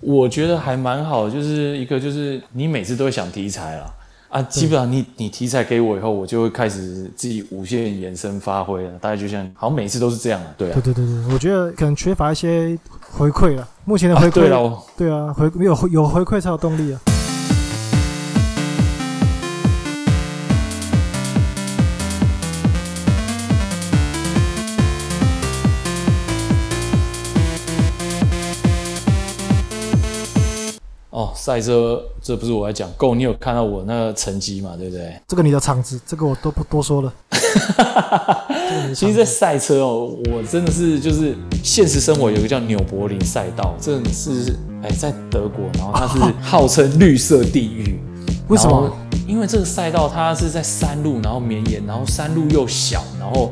我觉得还蛮好，就是一个就是你每次都会想题材啦，啊，基本上你你题材给我以后，我就会开始自己无限延伸发挥了，大概就像好像每次都是这样啊，对啊对，对对对，我觉得可能缺乏一些回馈了，目前的回啊对馈，了，我对啊，回有有回馈才有动力啊。哦，赛车这不是我在讲，够你有看到我那个成绩嘛，对不对？这个你的场子，这个我都不多说了。这个你的其场实，在子赛车哦，我真的是就是现实生活有一个叫纽柏林赛道，这是哎在德国，然后它 是号称绿色地狱。为什然后么？因为这个赛道它是在山路，然后绵延，然后山路又小，然后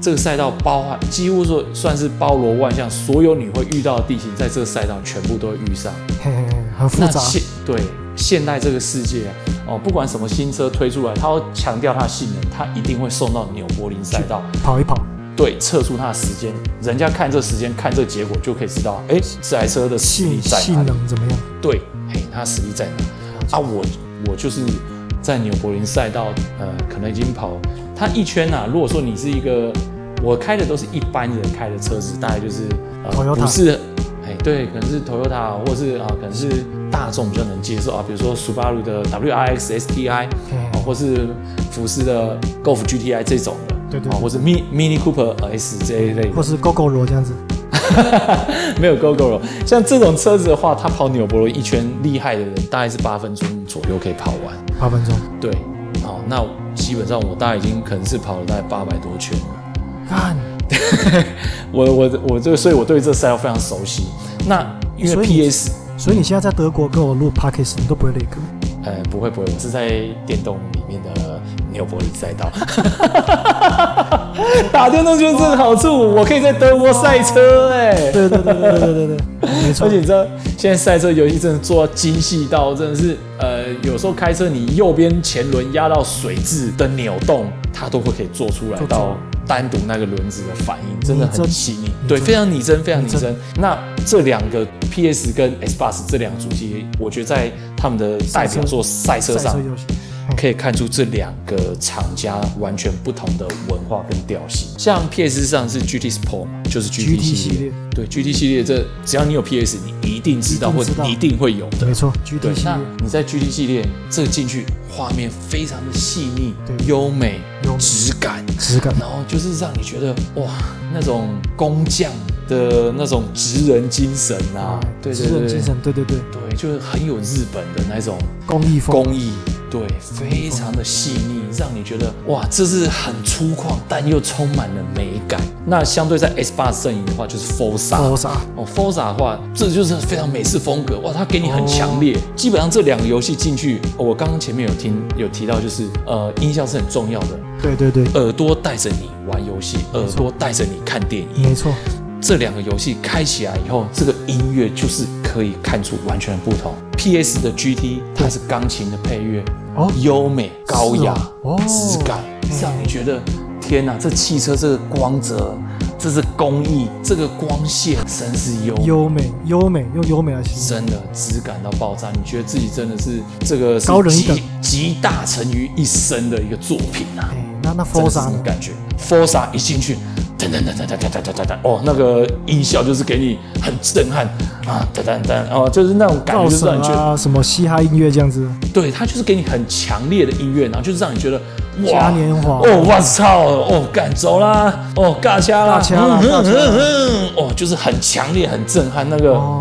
这个赛道包含几乎说算是包罗万象，所有你会遇到的地形，在这个赛道全部都会遇上。嘿嘿嘿，很复那杂。现对现代这个世界哦，不管什么新车推出来，它要强调它的性能，它一定会送到纽柏林赛道。跑一跑，对，测出它的时间，人家看这时间，看这结果就可以知道，哎，这台车的实力性在性哪里？能怎么样？对，哎，它实力在哪？啊，我我就是在纽柏林赛道，呃，可能已经跑它一圈啊。如果说你是一个，我开的都是一般人开的车子，大概就是呃， Toyota 不是，哎，对，可能是 Toyota 或是啊、可能是大众比较能接受啊，比如说 Subaru 的 WRX STI，嘿嘿哦，或是福斯的 Golf GTI 这种的，对对哦，对或是 Mini Mini Cooper 呃 S 这一类的或，是 GoGo 罗这样子，没有 GoGo 了。像这种车子的话，它跑纽博罗一圈，厉害的人大概是八分钟左右可以跑完。八分钟。对，好，那基本上我大概已经可能是跑了大概八百多圈了。看，我我我这，所以我对这赛道非常熟悉。那因所为以你 PS，所以你现在在德国跟我录 Podcast，你都不会累个。呃，不会不会，我是在电动里面的纽伯里赛道。 打电动就是这个好处，我可以在德国赛车哎、对对对对对对对 对，没错而且。你知道，现在赛车游戏真的做到精细到，真的是呃，有时候开车你右边前轮压到水质的扭动，它都会可以做出来做出来到单独那个轮子的反应，真的拟很真细腻，拟对，真非常拟真，非常拟拟真真。那这两个 PS 跟 Xbox 这两个主机，我觉得在他们的代表作赛车赛上车。游戏，可以看出这两个厂家完全不同的文化跟调性。像 PS 上是 GT Sport 嘛，就是 GT GT 系系列列。对 GT 系列这，只要你有 PS，你一定知道，一定或者知道你一定会有的没。错对，GT，系那列你在 GT 系列这个进去，画面非常的细腻、对优美优、美质感，质感，然后就是让你觉得哇，那种工匠的那种职人精神啊，对对职人对精对，神，对对对，对，就是很有日本的那种工艺风，工艺，对，非常的细腻，让你觉得哇，这是很粗犷，但又充满了美感。那相对在 S 八摄影的话，就是 Forza。佛啥？哦，Forza 的话，这就是非常美式风格，哇，它给你很强烈。基本上这两个游戏进去，哦我刚刚前面有听有提到，就是呃，音效是很重要的，对对对，耳朵带着你玩游戏，耳朵带着你看电影。没错，这两个游戏开起来以后，这个音乐就是可以看出完全不同。P.S. 的 G.T. 它是钢琴的配乐，哦优美高雅是哦，哦质感，嗯让你觉得天哪，这汽车这个光泽，这是工艺，这个光线真是优美。优美优美用优美来形容，真的质感到爆炸，你觉得自己真的是这个是高人一集等集大成于一身的一个作品啊！哎，那那真佛的是啥这？种感觉。Forza 一进去，噔噔噔噔噔噔噔噔噔，哦，那个音效就是给你很震撼啊，噔噔噔，哦，就是那种感觉，造就是让神你觉得，啊，什么嘻哈音乐这样子，对，它就是给你很强烈的音乐，然后就是让你觉得，哇嘉，年华哦，我操，哦，干走啦，哦，尬掐啦，尬掐啦嗯尬掐啦嗯嗯嗯哦，就是很强烈，很震撼，那个、哦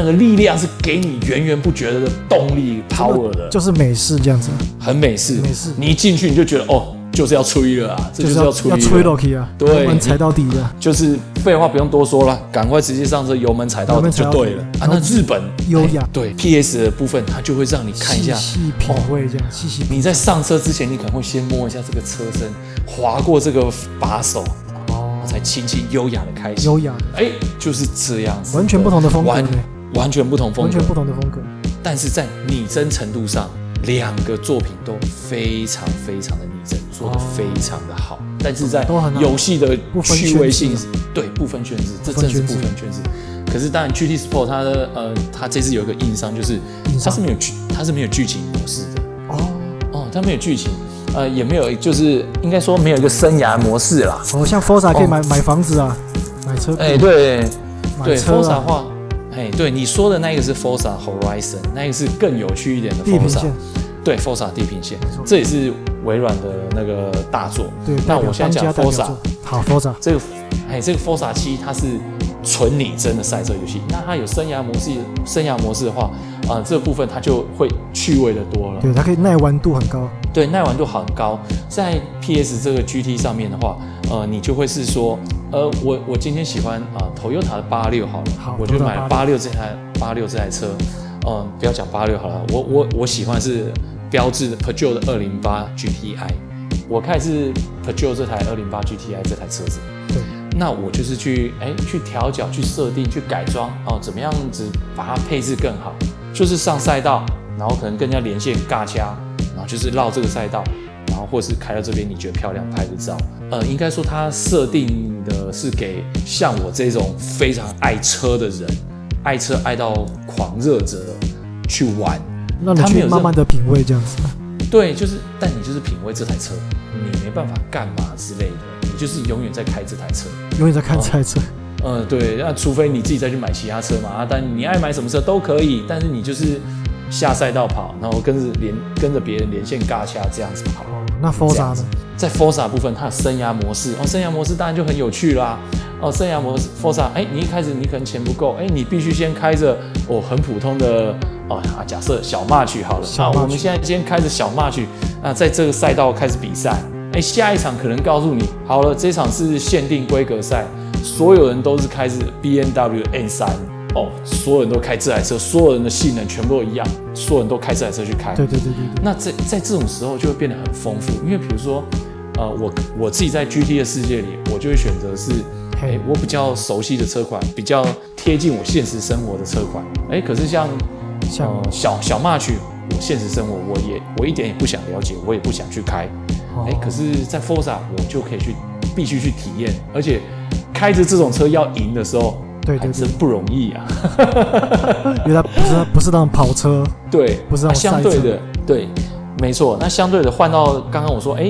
那个力量是给你源源不绝的动力 power 的，就是美式这样子，很美式，美式你一进去你就觉得，哦，就是要吹了啊，这就就是是要要吹要吹 l o k 啊，对我们踩到底的，就是废话不用多说了，赶快直接上车油门踩到油底门踩就到对底了啊。然后那日本优雅哎对 PS 的部分，它就会让你看一细下。细品味这样，细细品你在上车之前，你可能会先摸一下这个车身，划过这个把手，哦，才轻轻优雅的开始。优雅的，哎，就是这样子的，完全不同的风格完呢完全不同风完格全，不同的风格，但是在拟真程度上，两个作品都非常非常的拟真，做的非常的好。但是在哦都很好游戏的不分趣味圈性子，对不分圈子，这不正分是圈不子分圈子。可是当然，GT Sport 它的呃，它这次有一个硬伤，就是硬它伤是没有剧，它是没有剧情模式的。哦，哦，它没有剧情，呃，也没有，就是应该说没有一个生涯模式啦。哦，像 Forza 可以买、买房子啊，买车，哎、对买对车，Forza 啊，话，哎、对你说的那个是 Forza Horizon，那个是更有趣一点的地平 Forza 线。，对，Forza 地平线错，这也是微软的那个大作。对，那代表我现在当家讲代表 Forza 作好 Forza，这个，哎，这个 Forza 七它是纯拟真的赛车游戏，那它有生涯模式，生涯模式的话，啊、这部分它就会趣味的多了。对，它可以耐玩度很高，对，耐玩度很高。在 PS 这个 GT 上面的话，呃，你就会是说，呃，我我今天喜欢啊、Toyota 的八六好了，好我就 Toyota 买了八六这台八六这台车。嗯、不要讲八六好了，我我我喜欢的是标志的 Peugeot 的二零八 GTI，我开的是 Peugeot 这台二零八 GTI 这台车子。对，那我就是去哎去调教、去设定、去改装哦，怎么样子把它配置更好？就是上赛道，然后可能跟人家连线尬掐，然后就是绕这个赛道，然后或是开到这边你觉得漂亮拍个照。呃，应该说它设定的是给像我这种非常爱车的人，爱车爱到狂热者去玩。让你它没去有慢慢的品味这样子。 对，就是，但你就是品味这台车，你没办法干嘛之类的，你就是永远在开这台车。永远在看赛车，呃，对，那除非你自己再去买其他车嘛，啊，但你爱买什么车都可以，但是你就是下赛道跑，然后跟着连跟着别人连线尬掐这样子跑。哦，那这 Forza 样子呢？在 Forza 部分，它的生涯模式哦，生涯模式当然就很有趣啦。哦，生涯模式 Forza，哎，你一开始你可能钱不够，哎，你必须先开着哦很普通的哦啊，假设小 m a t 好了，小那 March 我们现在先开着小 m a t 那在这个赛道开始比赛，哎，下一场可能告诉你，好了，这场是限定规格赛，所有人都是开着 B N W N 三。哦，所有人都开这台车，所有人的性能全部都一样，所有人都开这台车去开。对对对对对，那这在这种时候就会变得很丰富，因为比如说，呃，我我自己在 GT 的世界里，我就会选择是，哎、嘿我比较熟悉的车款，比较贴近我现实生活的车款，哎、可是像像呃小小 m a c h 我现实生活我也我一点也不想了解，我也不想去开，哦哎、可是，在 Forza 我就可以去必须去体验，而且开着这种车要赢的时候，对对还对真不容易啊。原来不是不是那种跑车，对，不是那种啊相赛对车的，对，没错。那相对的，换到刚刚我说，哎，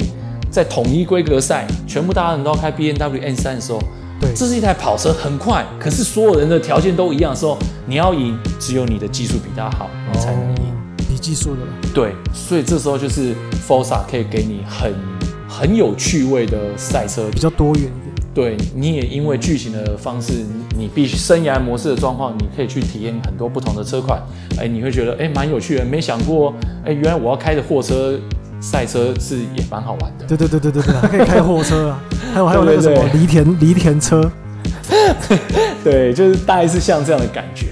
在统一规格赛，全部大家人都要开 B N W N 三的时候，对，这是一台跑车，很快，可是所有人的条件都一样的时候，你要赢，只有你的技术比他好，你才能赢。哦比技术的了，对，所以这时候就是 Forza 可以给你很很有趣味的赛车比较多元一点。对，你也因为剧情的方式，你你必须生涯模式的状况，你可以去体验很多不同的车款。哎，你会觉得哎蛮有趣的，没想过哎，原来我要开的货车赛车是也蛮好玩的。对对对对对对，它可以开货车啊，还有还有那个什对么对对犁田犁田车， 对，就是大概是像这样的感觉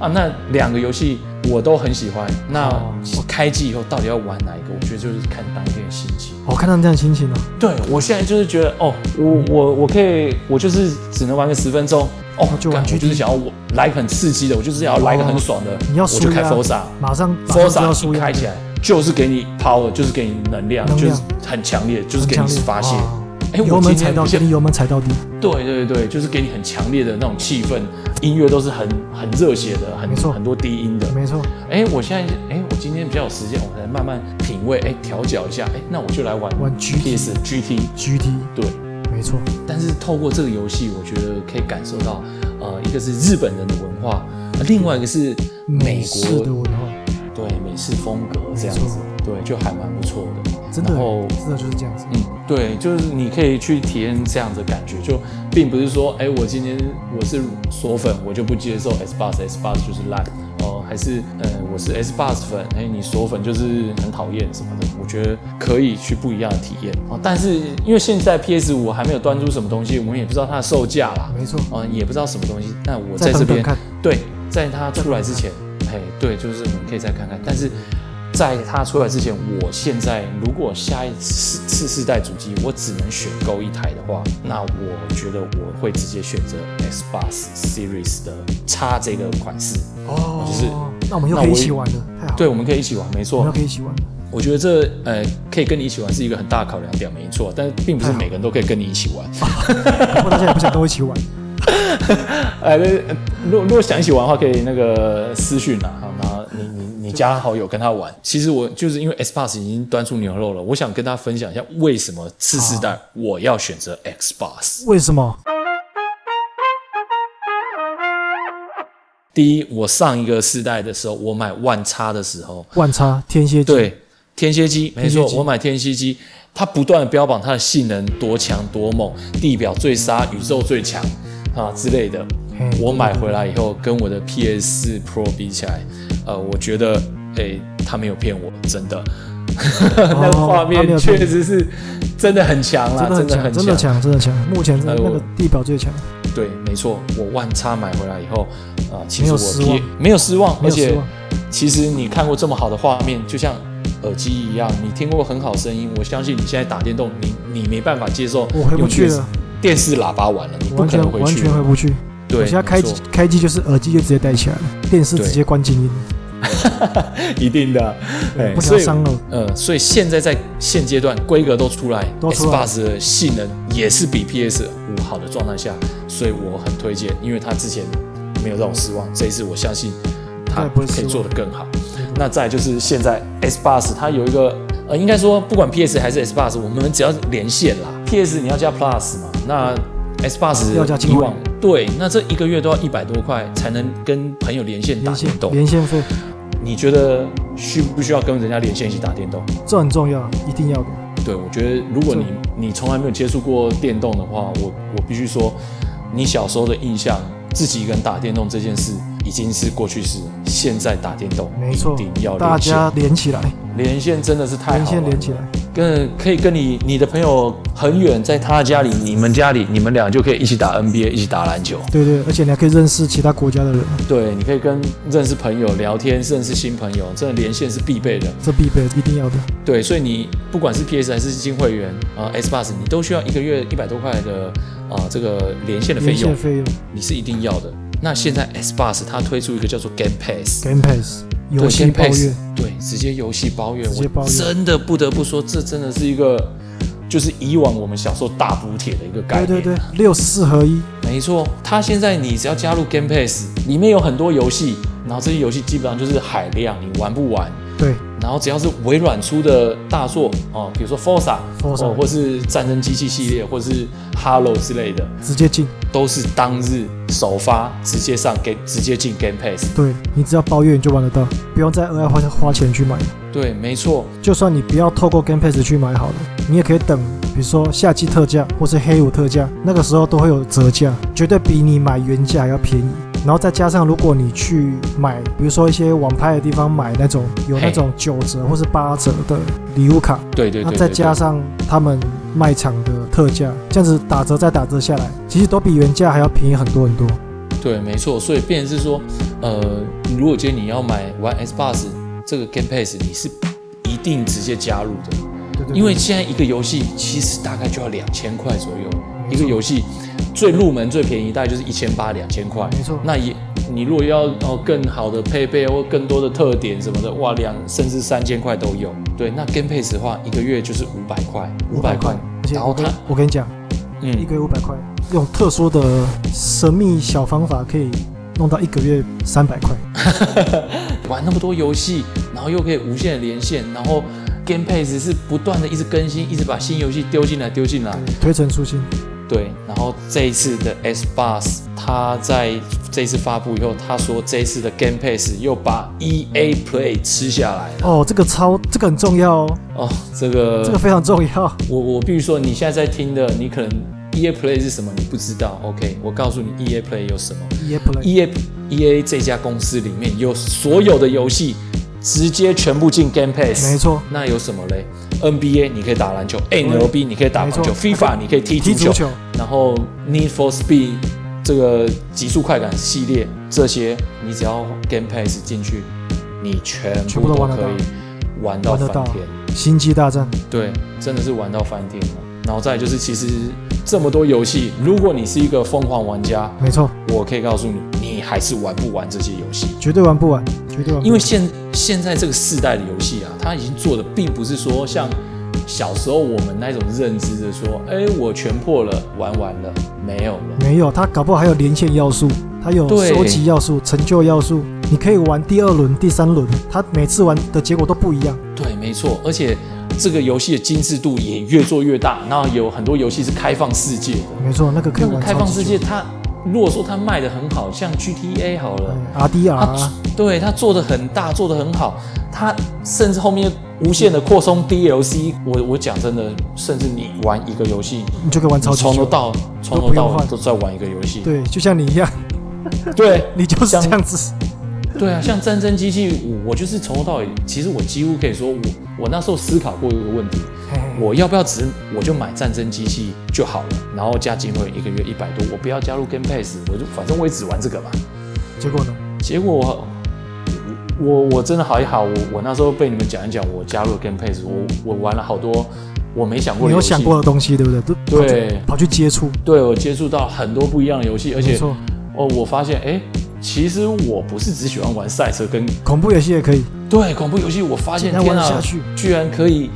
啊。那两个游戏我都很喜欢。那哦我开机以后到底要玩哪一个？我觉得就是看当天的心情。我哦看到这样的心情啊，对我现在就是觉得哦，我我我可以，我就是只能玩个十分钟。哦那，就玩干我 GT 就是想要我来一个很刺激的，我就是要来一个很爽的，你要我输就开 Forza。马上马上就要 Forza 输一压开起来就是给你 power，就是给你能量，能量就是很强烈，就是给你发泄。哎哎，我油门今天踩到不底，是给你油门踩到底，对对对，就是给你很强烈的那种气氛，音乐都是很很热血的，没很错很多低音的。没错，哎，我现在哎，我今天比较有时间，我来慢慢品味，哎，调教一下，哎，那我就来玩玩 GT PS GT。 GT，对，没错，但是透过这个游戏，我觉得可以感受到，呃，一个是日本人的文化，呃另外一个是美美式国的文化，对美式风格这样没子错，对，就还蛮不错的。真的然后，真的就是这样子，嗯，对，就是你可以去体验这样的感觉，就并不是说，哎，我今天我是锁粉，我就不接受 S bus S bus 就是烂哦，还是呃我是 S bus 粉，哎，你锁粉就是很讨厌什么的，我觉得可以去不一样的体验哦。但是因为现在 PS 五还没有端出什么东西，我们也不知道它的售价啦，没错，嗯、也不知道什么东西。那我在再这等等边看，对，在它出来之前，哎，对，就是我们可以再看看。但是在它出来之前，我现在如果下一次次世代主机我只能选购一台的话，那我觉得我会直接选择 Xbox Series 的 X 这个款式。哦，就是那我们又那可以一我起玩了，太好了，对，我们可以一起玩，没我错们又。可以一起玩了，我觉得这呃可以跟你一起玩是一个很嗯大的考量点，没错。但是并不是每个人都可以跟你一起玩。不过大家也不想跟我一起玩，呃，如果如果想一起玩的话，可以那个私讯啊，好然后你你你加好友跟他玩。其实我就是因为 Xbox 已经端出牛肉了，我想跟大家分享一下为什么次世代我要选择 Xbox。为什么？第一，我上一个世代的时候，我买万叉的时候，万叉天蝎机，对天蝎机，没天错蝎，机我买天蝎机，它不断的标榜它的性能多强多猛，地表最杀，宇宙最强啊之类的。嘿我买回来以后，跟我的 PS 4 Pro 比起来，呃，我觉得，诶、他没有骗我，真的， 那个画哦他没面有确骗实是真的很强啦，真的很强，真的强，真的强。目前真的哎那我个地表最强，对，没错，我万叉买回来以后，啊、其没实有我失 P 望没有失望，而没有失且望。其实你看过这么好的画面，就像耳机一样，你听过很好声音，我相信你现在打电动，你你没办法接受我回不用去电视了，电视喇叭玩了，你我不完可能全回完去全回了。不去。对，我现在开没错机开机就是耳机就直接戴起来了，电视对直接关静音，一定的，哎不想所以伤了。呃，所以现在在现阶段规格都出来都，S 出来 b 的性能也是比 PS 五好的状态下，所以我很推荐，因为它之前没有让我失望，这一次我相信它它也不会失可以望做得更好。对对那再就是现在 S Bus 它有一个呃，应该说不管 PS 还是 S Bus，我们只要连线啦。PS 你要加 Plus 嘛，那 S 要加 Bus 金以话往对，那这一个月都要一百多块才能跟朋友连线打连电线动。连线费，你觉得需不需要跟人家连线一起打电动？这很重要，一定要的。对，我觉得如果你你从来没有接触过电动的话，我我必须说，你小时候的印象，自己一个人打电动这件事已经是过去式，现在打电动没一错定要，大连线家连起来，连线真的是太连好了线，连起来，跟可以跟你你的朋友很远，在他家里，你们家里，你们俩就可以一起打 NBA，一起打篮球。对对，而且你还可以认识其他国家的人，对，你可以跟认识朋友聊天，认识新朋友，真的连线是必备的。这必备，一定要的。对，所以你不管是 PS 还是金会员啊、S Bus，你都需要一个月一百多块的啊、这个连线的费连用线，费用你是一定要的。那现在 S Bus 它推出一个叫做 Game Pass。 ，Game Pass 对游戏 Game 包 Pass，月，对，直接游戏包月，直接包我月真的不得不说，这真的是一个，就是以往我们小时候大补贴的一个概对念。对对，六四合一，没错，它现在你只要加入 Game Pass，里面有很多游戏，然后这些游戏基本上就是海量，你玩不完。对，然后只要是微软出的大作哦，比如说 Forza，, Forza 哦或是战争机器系列，或是 Halo 之类的，直接进，都是当日首发直接上 Game 直接进 Game Pass。对你只要包月你就玩得到，不用再额外花花钱去买。对，没错，就算你不要透过 Game Pass 去买好了，你也可以等，比如说夏季特价或是黑五特价，那个时候都会有折价，绝对比你买原价还要便宜。然后再加上，如果你去买，比如说一些网拍的地方买那种有那嘿种九折或是八折的礼物卡，对对对那对啊再加对上他们卖场的特价，这样子打折再打折下来，其实都比原价还要便宜很多很多。对，没错，所以变成是说，呃，如果今天你要买玩 S Bus 这个 Game Pass，你是一定直接加入的，对对对因为现在一个游戏其实大概就要两千块左右，没一错个游戏最入门最便宜大概就是一千八两千块，没错那也你如果要哦更好的配备或更多的特点什么的，哇，两甚至三千块都有。对，那 Game Pass 的话，一个月就是五百块，五百块，而且然后我跟它我跟你讲，一嗯个月五百块，用特殊的神秘小方法可以弄到一个月三百块。玩那么多游戏，然后又可以无限的连线，然后 Game Pass 是不断的一直更新，一直把新游戏丢进来丢进来。对推陈出新，对，然后这一次的 S Bus，它在这一次发布以后，他说这一次的 Game Pass 又把 EA Play 吃下来了。哦，这个超，这个很重要哦，哦，这个这个非常重要。我我必须说，你现在在听的，你可能 EA Play 是什么，你不知道。OK，我告诉你 EA Play 有什么。也不能 EA EA 这家公司里面有所有的游戏，直接全部进 Game Pass。没错，那有什么嘞？NBA 你可以打篮球，NLB 你可以打棒球没错，FIFA 你可以踢踢足足球，球，然后 Need for Speed 这个极速快感系列，这些你只要 Game Pass 进去，你全全部部都都玩得可以玩到玩得翻到天。星际大战，对，真的是玩到翻天了。然后再就是，其实这么多游戏，如果你是一个疯狂玩家，没错，我可以告诉你，你还是玩不完这些游戏。绝对玩不完，绝对玩不完。因为现现在这个世代的游戏啊，它已经做的并不是说像小时候我们那种认知的说，哎、我全破了，玩完了，没有了。没有，它搞不好还有连线要素，它有对收集要素、成就要素，你可以玩第二轮、第三轮，它每次玩的结果都不一样。对，没错，而且这个游戏的精致度也越做越大，然后有很多游戏是开放世界的。没错，那个可以那个玩开超放级世界，久它如果说它卖的很好，像 GTA 好了， R D R，它对它做的很大，做的很好，它甚至后面无限的扩充 DLC 我。我讲真的，甚至你玩一个游戏，你就可以玩超你级从头久。到从都头不用到尾换都在玩一个游戏。对，就像你一样，对你就是像这样子。对啊，像《战争机器五》，我就是从头到尾，其实我几乎可以说我，我那时候思考过一个问题，嘿嘿我要不要只我就买战争机器就好了，然后加金会一个月一百多，我不要加入 Game Pass，我就反正我也只玩这个吧。结果呢？结果我我我真的好一好，我我那时候被你们讲一讲，我加入了 Game Pass，我我玩了好多我没想过的你有游戏想过的东西，对不对？都跑去对跑去接触，对我接触到很多不一样的游戏，而没且错，哦，我发现哎、诶其实我不是只喜欢玩赛车跟恐怖游戏也可以，对恐怖游戏，我发现简单天玩啊下，去。居然可以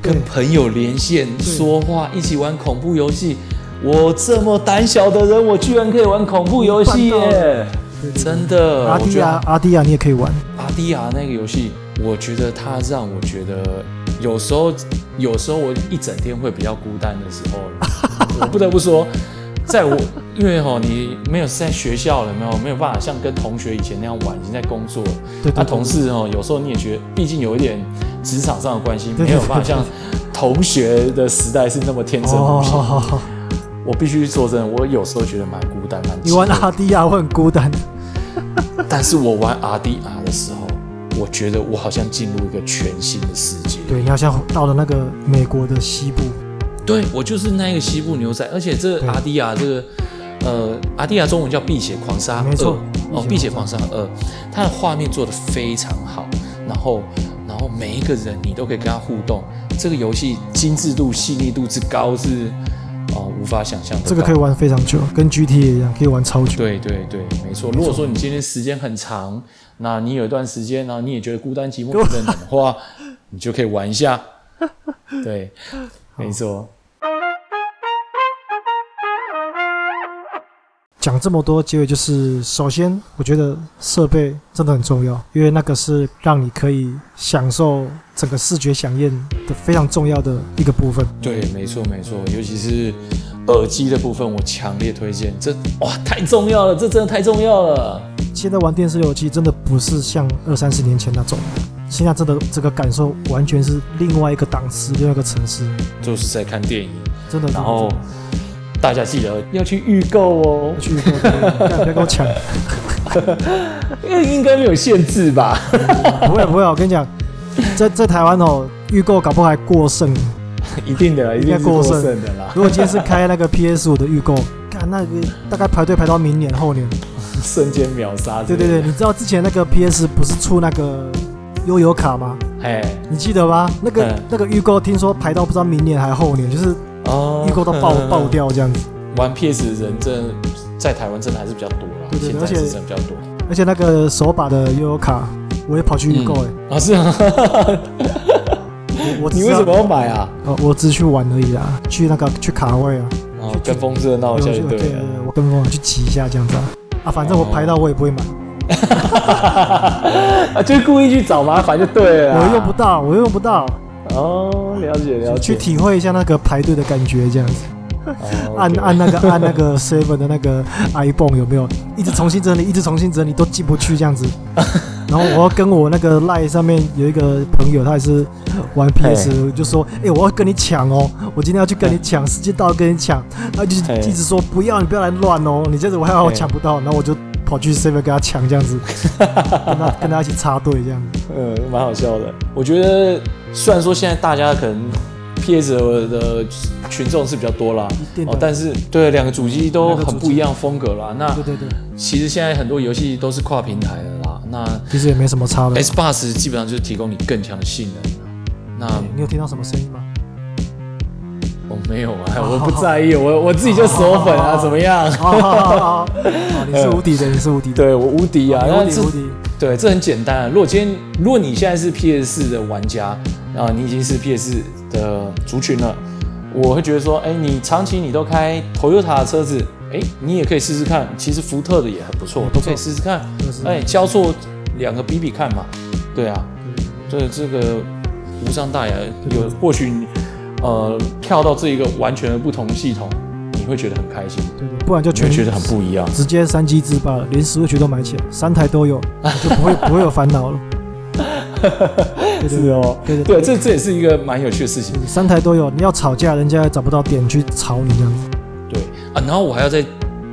跟对朋友连线说话，一起玩恐怖游戏。我这么胆小的人，我居然可以玩恐怖游戏办到耶！对对对真的， R 我 D 觉 R 得 R D R 你也可以玩，阿迪亚啊那个游戏，我觉得它让我觉得有时候，有时候我一整天会比较孤单的时 候，我不得不说，在我因为吼、你没有在学校了，没有没有办法像跟同学以前那样玩，已经在工作了。对对那对，同事哦，有时候你也觉得，毕竟有一点职场上的关系，对对没有办法像同学的时代是那么天真无邪。哦， 我必须说真的，我有时候觉得蛮孤单，蛮你玩寂寞 R D R 会很孤单，但是我玩 RDR 的时候，我觉得我好像进入一个全新的世界。对，你好像到了那个美国的西部，对，我就是那个西部牛仔，而且这对 RDR 这个。呃，阿迪亚中文叫《碧血狂杀二》，没错哦，《碧碧血血狂狂杀二》，它的画面做得非常好，然后，然后每一个人你都可以跟他互动，这个游戏精致度、细腻度之高是，哦，无法想象的。这个可以玩非常久，跟 G T A 一样可以玩超久。对对对，没错。如果说你今天时间很长，那你有一段时间，然后你也觉得孤单寂寞不冷的 话，你就可以玩一下。对，没错。讲这么多，结尾就是，首先我觉得设备真的很重要，因为那个是让你可以享受整个视觉飨宴的非常重要的一个部分。对，没错没错，尤其是耳机的部分，我强烈推荐。这哇，太重要了，这真的太重要了。现在玩电视游戏真的不是像二三十年前那种，现在真的这个感受完全是另外一个档次，另外一个层次，就是在看电影，真的。然后大家记得要去预购哦，真的去过，干不要跟我抢，因为应该没有限制吧？不会不啊会，我跟你讲，在 在台湾哦，预购搞不好还过剩。一定的啦，一定是过剩的啦，如果今天是开那个 PS 五的预购，干那个大概排队排到明年后年。瞬间秒杀。对对对，，你知道之前那个 PS 不是出那个悠游卡吗？哎，你记得吗？那个、嗯那个预购听说排到不知道明年还后年，就是哦预购到 爆、爆。掉这样子。玩 PS 的人真的在台湾真的还是比较多啦，对对对现在而且是真的比较多。而且那个手把的悠游卡，我也跑去预购哎、啊，是啊，我我只 嗯你是为要什么要买啊？哦，我只是去玩而已啦，去那个去卡位啊， 哦，跟风热闹一下就对对对了。我跟风啊去骑一下这样子啊。啊，反正哦我排到我也不会买， 啊，就是故意去找麻烦就对了啦。啊我用不到，我用不到，哦，了解了去解。体会一下那个排队的感觉这样子。哦按 OK 按那个按那个 seven 的那个 iPhone 有没有？一直重新整理，一直重新整理，都进不去 这样子。然后我要跟我那个 line 上面有一个朋友，他也是玩 PS，我就说，哎、我要跟你抢哦，我今天要去跟你抢，时间到了跟你抢。他就是嘿一直说不要，你不要来乱哦，你这样子我害怕我嘿抢不到。然后我就跑去 seven 跟他抢这样子，跟 他跟他一起插队这样子。嗯，蛮好笑的。我觉得虽然说现在大家可能 PS 的群众是比较多啦，一定的哦，但是对两个主机都两个主很不一样风格啦。那对对对，其实现在很多游戏都是跨平台的啦。那其实也没什么差的。 Xbox 基本上就是提供你更强的性能。啊那你有听到什么声音吗？我、没有啊，我不在意，我我自己就手粉啊，哦怎么样？好好好好，好你是无敌的，你是无敌的。 对我无敌啊，你那无敌这无敌，对，这很简单啊。如果今天，如果你现在是 PS 4的玩家啊、你已经是 PS 4的族群了，我会觉得说，哎，你长期你都开 Toyota 的车子，哎，你也可以试试看。其实福特的也很不错，都可以试试看。就是哎，交错两个比比看嘛。对啊，这这个无伤大雅。有或许你呃跳到这一个完全不同系统，你会觉得很开心，对对，不然就你会全觉得很不一样。直接三机制霸了，连 Switch 都买起来，三台都有，就不会 不会有烦恼了。对对对哦，对对对，这这也是一个蛮有趣的事情。对，三台都有，你要吵架，人家也找不到点去吵你这样子。对啊，然后我还要再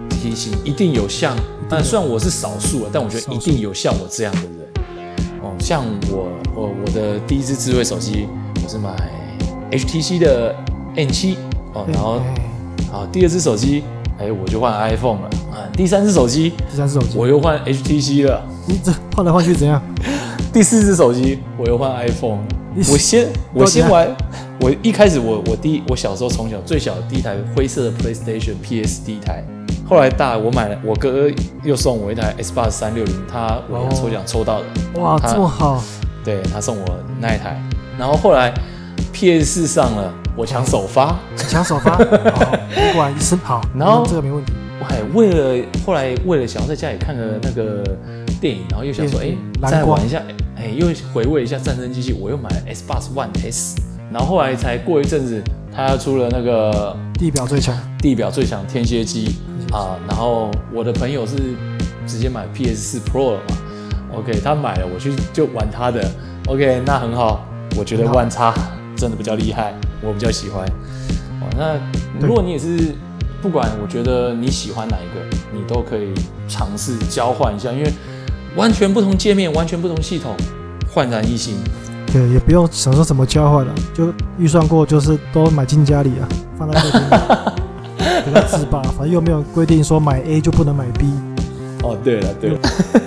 提醒，一定有像，但虽然我是少数啊，但我觉少得数一定有像我这样的人。哦，像我，我我的第一只智慧手机，我是买 HTC 的 N 7哦，然后哎啊，第二只手机，哎，我就换 iPhone 了啊，第三只手机第三只手机，我又换 HTC 了，你这换来换去怎样？第四只手机我又换 iPhone 了。你我先到我底先还玩，我一开始我我第一我小时候从小最小的第一台灰色的 PlayStation PS 第一台，后来大我买了，我哥又送我一台 S 八三六零，他我哦要抽奖抽到的，哇，他这么好，对他送我那一台，然后后来 PS 四上了，我抢首发，抢 首发，哦你果然是好，然后嗯这个没问题。我还为了后来为了想要在家里看个那个电影，然后又想说，哎、电影蓝再光玩一下，哎、又回味一下战争机器，我又买了 S 八 One S，然后后来才过一阵子，他出了那个地表最强，地表最强天蝎机啊，然后我的朋友是直接买 PS 4 Pro 了嘛，OK，他买了，我去就玩他的，OK，那很好，我觉得很好万差真的比较厉害，我比较喜欢。哦，那对如果你也是，不管我觉得你喜欢哪一个，你都可以尝试交换一下，因为完全不同界面，完全不同系统，焕然一新。对，也不用想说怎么交换了，就预算过就是都买进家里啊，放在 客厅里，给他自霸。反正又没有规定说买 A 就不能买 B，哦，对了 对了，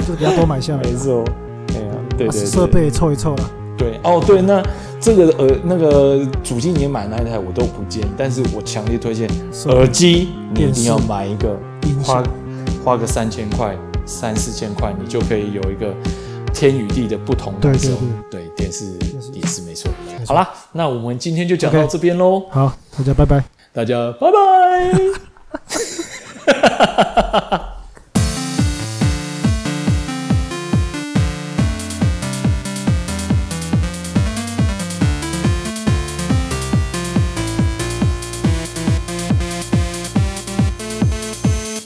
就给他多买下来。错，对啊，对对啊对，设备凑一凑啦，对，哦对，那这个呃那个主机你买那一台我都不建议，但是我强烈推荐设耳备机，你一电视定要买一个，音呃花响，花个三千块、三四千块，你就可以有一个天与地的不同对感对受。对，对电视视也是没错。没错好啦，那我们今天就讲 OK 到这边喽，好，大家拜拜。大家拜拜。